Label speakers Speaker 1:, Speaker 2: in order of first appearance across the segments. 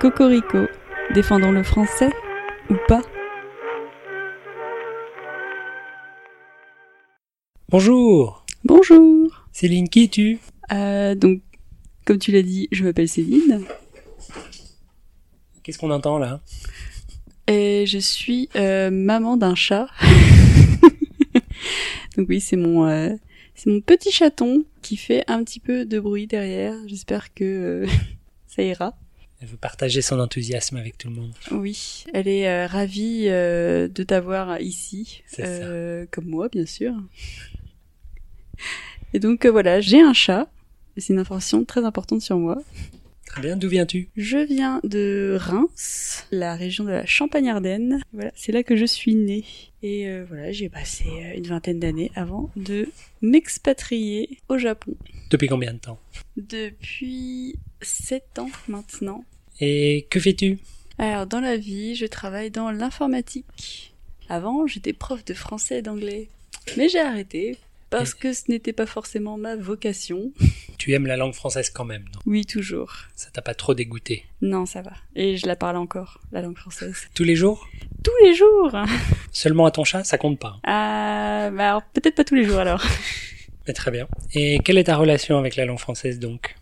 Speaker 1: Cocorico, défendons le français ou pas
Speaker 2: Bonjour,
Speaker 1: Bonjour
Speaker 2: Céline, qui es-tu
Speaker 1: Euh, Donc, comme tu l'as dit, je m'appelle Céline
Speaker 2: Qu'est-ce qu'on entend là
Speaker 1: et je suis euh, maman d'un chat. donc oui, c'est mon, euh, c'est mon petit chaton qui fait un petit peu de bruit derrière. J'espère que euh, ça ira.
Speaker 2: Elle veut partager son enthousiasme avec tout le monde.
Speaker 1: Oui, elle est euh, ravie euh, de t'avoir ici,
Speaker 2: C'est ça.
Speaker 1: euh, comme moi bien sûr. Et donc euh, voilà, j'ai un chat. C'est une information très importante sur moi.
Speaker 2: Très bien, d'où viens-tu
Speaker 1: Je viens de Reims, la région de la Champagne-Ardenne. Voilà, c'est là que je suis née. Et euh, voilà, j'ai passé euh, une vingtaine d'années avant de m'expatrier au Japon.
Speaker 2: Depuis combien de temps
Speaker 1: Depuis 7 ans maintenant.
Speaker 2: Et que fais-tu
Speaker 1: Alors, dans la vie, je travaille dans l'informatique. Avant, j'étais prof de français et d'anglais. Mais j'ai arrêté parce que ce n'était pas forcément ma vocation.
Speaker 2: Tu aimes la langue française quand même, donc
Speaker 1: Oui, toujours.
Speaker 2: ça t'a pas trop dégoûté.
Speaker 1: Non, ça va. Et je la parle encore, la langue française.
Speaker 2: Tous les jours
Speaker 1: Tous les jours
Speaker 2: Seulement à ton chat, ça compte pas. hein.
Speaker 1: Ah, bah alors peut-être pas tous les jours alors.
Speaker 2: Mais très bien. Et quelle est ta relation avec la langue française donc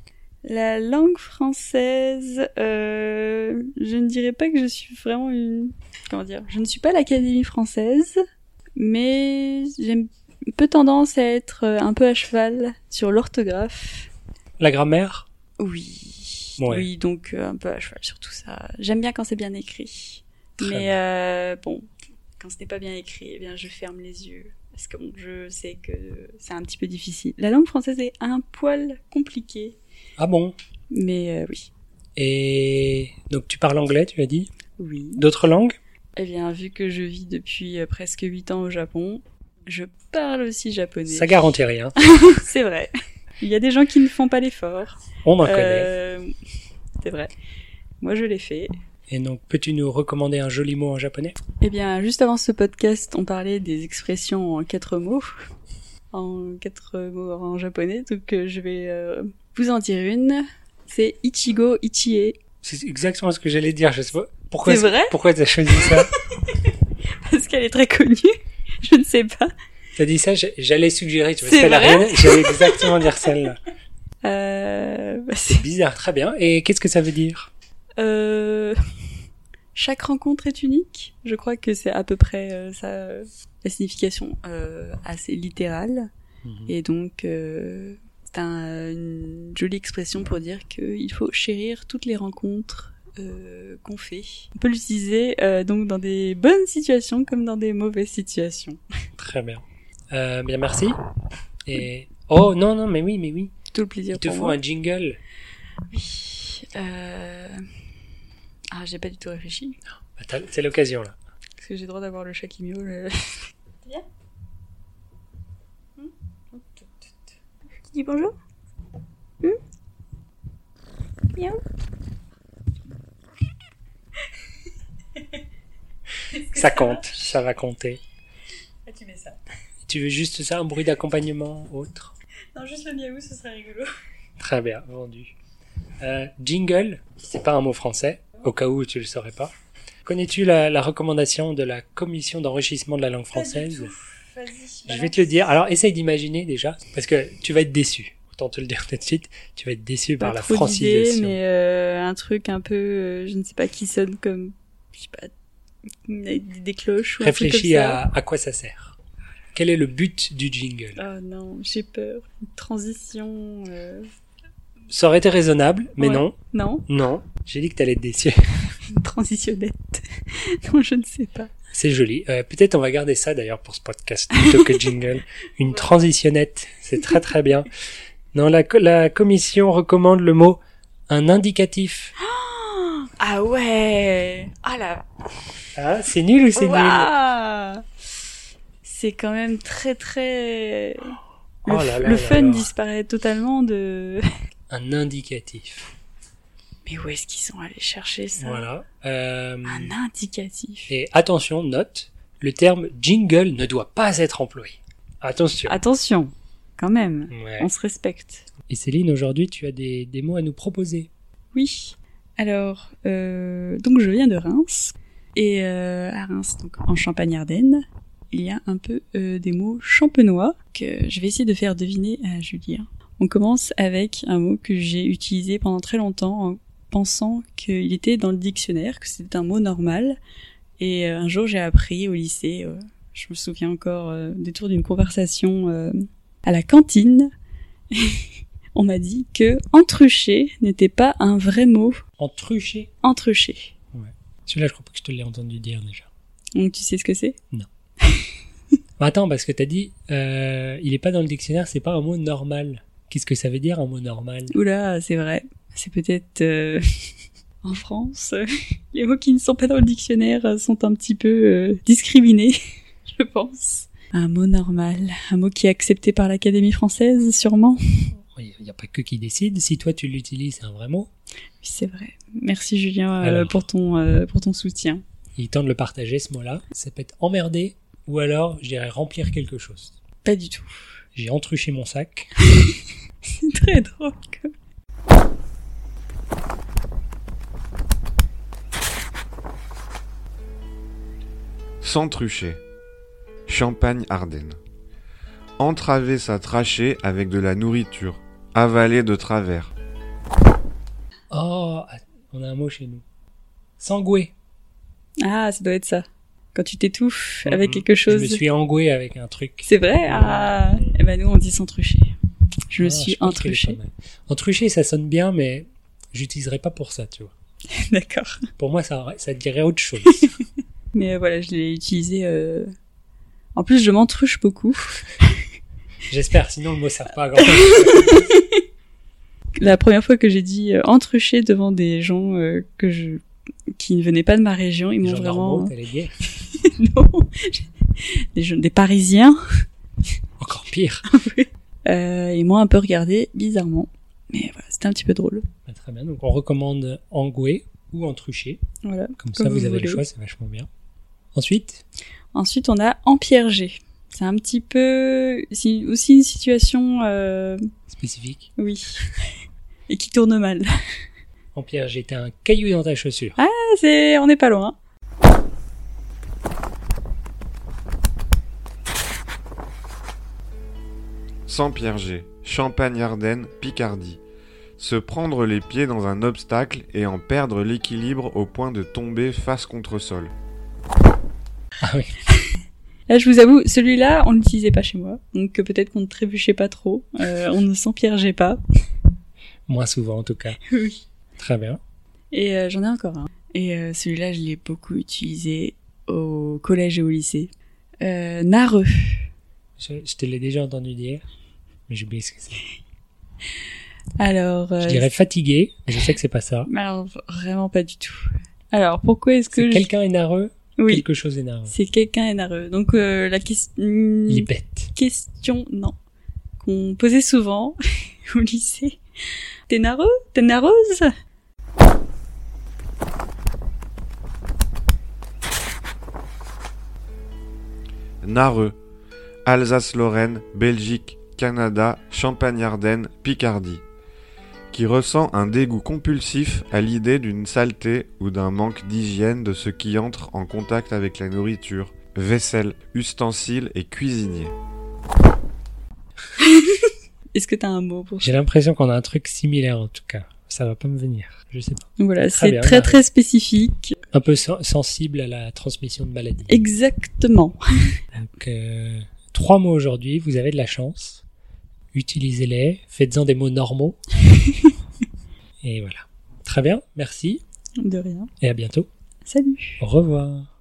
Speaker 1: La langue française, euh, je ne dirais pas que je suis vraiment une. Comment dire Je ne suis pas à l'Académie française, mais j'ai un peu tendance à être euh, un peu à cheval sur l'orthographe.
Speaker 2: La grammaire
Speaker 1: Oui.
Speaker 2: Ouais.
Speaker 1: Oui, donc euh, un peu à cheval sur tout ça. J'aime bien quand c'est bien écrit.
Speaker 2: Très
Speaker 1: mais
Speaker 2: bien.
Speaker 1: euh, bon, quand ce n'est pas bien écrit, eh bien je ferme les yeux. Parce que bon, je sais que c'est un petit peu difficile. La langue française est un poil compliquée.
Speaker 2: Ah bon
Speaker 1: Mais euh, oui.
Speaker 2: Et donc tu parles anglais, tu as dit
Speaker 1: Oui.
Speaker 2: D'autres langues
Speaker 1: Eh bien, vu que je vis depuis euh, presque 8 ans au Japon, je parle aussi japonais.
Speaker 2: Ça garantit rien.
Speaker 1: C'est vrai. Il y a des gens qui ne font pas l'effort.
Speaker 2: On en connaît.
Speaker 1: Euh, C'est vrai. Moi, je l'ai fait.
Speaker 2: Et donc peux-tu nous recommander un joli mot en japonais
Speaker 1: Eh bien, juste avant ce podcast, on parlait des expressions en quatre mots, en quatre mots en japonais, donc euh, je vais euh, vous en dire une. C'est Ichigo Ichie.
Speaker 2: C'est exactement ce que j'allais dire, je sais pas. Pourquoi
Speaker 1: C'est vrai
Speaker 2: Pourquoi t'as choisi ça
Speaker 1: Parce qu'elle est très connue. Je ne sais pas.
Speaker 2: T'as dit ça, j'ai- j'allais suggérer, tu vois,
Speaker 1: C'est
Speaker 2: ça n'a
Speaker 1: vrai
Speaker 2: rien- j'allais exactement dire celle-là.
Speaker 1: Euh, bah, c'est-
Speaker 2: C'est bizarre, très bien. Et qu'est-ce que ça veut dire
Speaker 1: Euh, Chaque rencontre est unique. Je crois que c'est à peu près euh, ça, euh, la signification euh, assez littérale.
Speaker 2: Mhm.
Speaker 1: Et donc, euh, c'est un- une jolie expression pour dire qu'il faut chérir toutes les rencontres euh, qu'on fait. On peut l'utiliser euh, donc dans des bonnes situations comme dans des mauvaises situations.
Speaker 2: Très bien. Euh, bien, merci. Et... Oh, non, non, mais oui, mais oui.
Speaker 1: Tout le plaisir
Speaker 2: Il te
Speaker 1: pour
Speaker 2: faut
Speaker 1: moi.
Speaker 2: un jingle.
Speaker 1: Oui. euh, Ah, j'ai pas du tout réfléchi.
Speaker 2: Bah, t'as- C'est l'occasion, là.
Speaker 1: Parce que j'ai le droit d'avoir le chat qui miaule. euh. Hmm. Qui dit bonjour
Speaker 2: Ça compte, ça va compter.
Speaker 1: Ah, tu mets ça.
Speaker 2: Tu veux juste ça, un bruit d'accompagnement, autre
Speaker 1: Non, juste le miaou, ce serait rigolo.
Speaker 2: Très bien, vendu. Euh, jingle, c'est pas un mot français, au cas où tu le saurais pas. Connais-tu la, la recommandation de la commission d'enrichissement de la langue française Je vais te le dire. Alors, essaye d'imaginer déjà, parce que tu vas être déçu. Autant te le dire tout de suite, tu vas être déçu
Speaker 1: Pas
Speaker 2: par la
Speaker 1: trop
Speaker 2: francisation.
Speaker 1: d'idées, mais euh, un truc un peu, euh, je ne sais pas, qui sonne comme, je sais pas, des, des cloches ou
Speaker 2: Réfléchis
Speaker 1: un truc comme ça.
Speaker 2: à, à quoi ça sert. Quel est le but du jingle
Speaker 1: Oh non, j'ai peur. Une transition. euh,
Speaker 2: Ça aurait été raisonnable, mais
Speaker 1: Ouais.
Speaker 2: non,
Speaker 1: Non,
Speaker 2: non. J'ai dit que t'allais être déçu.
Speaker 1: une transitionnette. non, je ne sais pas.
Speaker 2: C'est joli. Euh, Peut-être on va garder ça d'ailleurs pour ce podcast plutôt que jingle. Une transitionnette, c'est très très bien. Non, la, co- la commission recommande le mot un indicatif.
Speaker 1: Ah ouais Ah là
Speaker 2: Ah, c'est nul ou c'est nul
Speaker 1: Waouh C'est quand même très très.
Speaker 2: Oh
Speaker 1: Le,
Speaker 2: là
Speaker 1: f-
Speaker 2: là
Speaker 1: le
Speaker 2: là
Speaker 1: fun
Speaker 2: là.
Speaker 1: disparaît totalement de.
Speaker 2: Un indicatif.
Speaker 1: Mais où est-ce qu'ils sont allés chercher ça
Speaker 2: Voilà. Euh,
Speaker 1: Un indicatif.
Speaker 2: Et attention, note, le terme jingle ne doit pas être employé. Attention.
Speaker 1: Attention, quand même,
Speaker 2: Ouais.
Speaker 1: on se respecte.
Speaker 2: Et Céline, aujourd'hui, tu as des, des mots à nous proposer.
Speaker 1: Oui. Alors, euh, donc je viens de Reims. Et euh, à Reims, donc en Champagne-Ardenne, il y a un peu euh, des mots champenois que je vais essayer de faire deviner à Julien. On commence avec un mot que j'ai utilisé pendant très longtemps en pensant qu'il était dans le dictionnaire, que c'était un mot normal. Et euh, un jour, j'ai appris au lycée, euh, je me souviens encore euh, des tours d'une conversation euh, à la cantine. On m'a dit que entruché n'était pas un vrai mot
Speaker 2: En truché.
Speaker 1: entruché.
Speaker 2: Celui-là, je crois pas que je te l'ai entendu dire déjà.
Speaker 1: Donc tu sais ce que c'est
Speaker 2: Bah, attends, parce que t'as dit, euh, il est pas dans le dictionnaire, c'est pas un mot normal. Qu'est-ce que ça veut dire un mot normal
Speaker 1: Oula, c'est vrai. C'est peut-être euh, en France, euh, les mots qui ne sont pas dans le dictionnaire euh, sont un petit peu euh, discriminés, je pense. Un mot normal, un mot qui est accepté par l'Académie française, sûrement. Oui,
Speaker 2: Il n'y a pas que qui décide. Si toi tu l'utilises, c'est un vrai mot.
Speaker 1: c'est vrai. Merci Julien euh,
Speaker 2: Alors.
Speaker 1: pour ton euh, pour ton soutien.
Speaker 2: Il est temps de le partager ce mot-là. Ça peut être emmerder ou alors, je dirais remplir quelque chose.
Speaker 1: Pas du tout.
Speaker 2: J'ai entruché mon sac.
Speaker 1: C'est très drôle. que-
Speaker 3: S'entrucher. Champagne-Ardenne. Entraver sa trachée avec de la nourriture. Avaler de travers.
Speaker 2: Oh, att- on a un mot chez nous. Sangoué.
Speaker 1: Ah, ça doit être ça. Quand tu t'étouffes avec
Speaker 2: Mhm.
Speaker 1: quelque chose.
Speaker 2: Je me suis engoué avec un truc.
Speaker 1: C'est vrai. Ah. Eh ben nous on dit s'entrucher. Je me
Speaker 2: Ah,
Speaker 1: suis
Speaker 2: pense qu'elle est
Speaker 1: entruché.
Speaker 2: pas mal. Entruché, ça sonne bien, mais j'utiliserai pas pour ça, tu vois.
Speaker 1: D'accord.
Speaker 2: Pour moi, ça, aurait- ça dirait autre chose.
Speaker 1: Mais euh, voilà, je l'ai utilisé. euh, En plus, je m'entruche beaucoup.
Speaker 2: J'espère, sinon le mot sert pas à grand chose.
Speaker 1: La première fois que j'ai dit euh, entrucher devant des gens euh, que je qui ne venaient pas de ma région, ils m'ont
Speaker 2: Genre normaux,
Speaker 1: vraiment
Speaker 2: t'allais dire.
Speaker 1: non, des, gens- des Parisiens,
Speaker 2: Encore pire.
Speaker 1: euh, ils m'ont un peu regardé bizarrement. Mais voilà, c'était un petit peu drôle.
Speaker 2: Bah, très bien. Donc, on recommande engoué ou entruché.
Speaker 1: Voilà.
Speaker 2: Comme,
Speaker 1: Comme
Speaker 2: ça, vous,
Speaker 1: vous
Speaker 2: avez le
Speaker 1: voulez.
Speaker 2: choix, c'est vachement bien. Ensuite,
Speaker 1: Ensuite, on a empierger. C'est un petit peu c'est aussi une situation, euh,
Speaker 2: spécifique.
Speaker 1: oui, et qui tourne mal.
Speaker 2: En pierre, j'étais un caillou dans ta chaussure.
Speaker 1: Ah, c'est, on n'est pas loin.
Speaker 3: Sans pierger. Champagne-Ardenne, Picardie. Se prendre les pieds dans un obstacle et en perdre l'équilibre au point de tomber face contre sol.
Speaker 1: Là, je vous avoue, celui-là, on l'utilisait pas chez moi. Donc euh, peut-être qu'on ne trébuchait pas trop. Euh, on ne s'empiergeait pas.
Speaker 2: Moins souvent, en tout cas.
Speaker 1: Oui.
Speaker 2: Très bien.
Speaker 1: Et euh, j'en ai encore un. Et euh, celui-là, je l'ai beaucoup utilisé au collège et au lycée. Euh, nareux.
Speaker 2: Je, je te l'ai déjà entendu dire, mais j'ai oublié ce que c'est.
Speaker 1: Alors, euh,
Speaker 2: Je dirais fatigué, mais je sais que c'est pas ça.
Speaker 1: mais alors, vraiment pas du tout. Alors, pourquoi est-ce que...
Speaker 2: C'est
Speaker 1: je-
Speaker 2: quelqu'un est narreux,
Speaker 1: Oui,
Speaker 2: quelque chose est narreux.
Speaker 1: c'est quelqu'un est nareux. Donc euh, la question...
Speaker 2: Il est bête.
Speaker 1: question, non, qu'on posait souvent au lycée. T'es nareux T'es nareuse
Speaker 3: Nareux. Alsace-Lorraine, Belgique, Canada, Champagne-Ardenne, Picardie. Qui ressent un dégoût compulsif à l'idée d'une saleté ou d'un manque d'hygiène de ce qui entre en contact avec la nourriture, vaisselle, ustensiles et cuisinier.
Speaker 1: Est-ce que t'as un mot pour ça
Speaker 2: J'ai l'impression qu'on a un truc similaire, en tout cas. Ça va pas me venir. Je sais pas.
Speaker 1: Donc Voilà,
Speaker 2: Très
Speaker 1: c'est
Speaker 2: bien,
Speaker 1: très
Speaker 2: nareux.
Speaker 1: très spécifique.
Speaker 2: Un peu sen- sensible à la transmission de maladies.
Speaker 1: Exactement.
Speaker 2: Donc, euh, trois mots aujourd'hui, vous avez de la chance. Utilisez-les, faites-en des mots normaux. Et voilà. Très bien, merci
Speaker 1: De rien.
Speaker 2: et à bientôt.
Speaker 1: Salut
Speaker 2: Au revoir.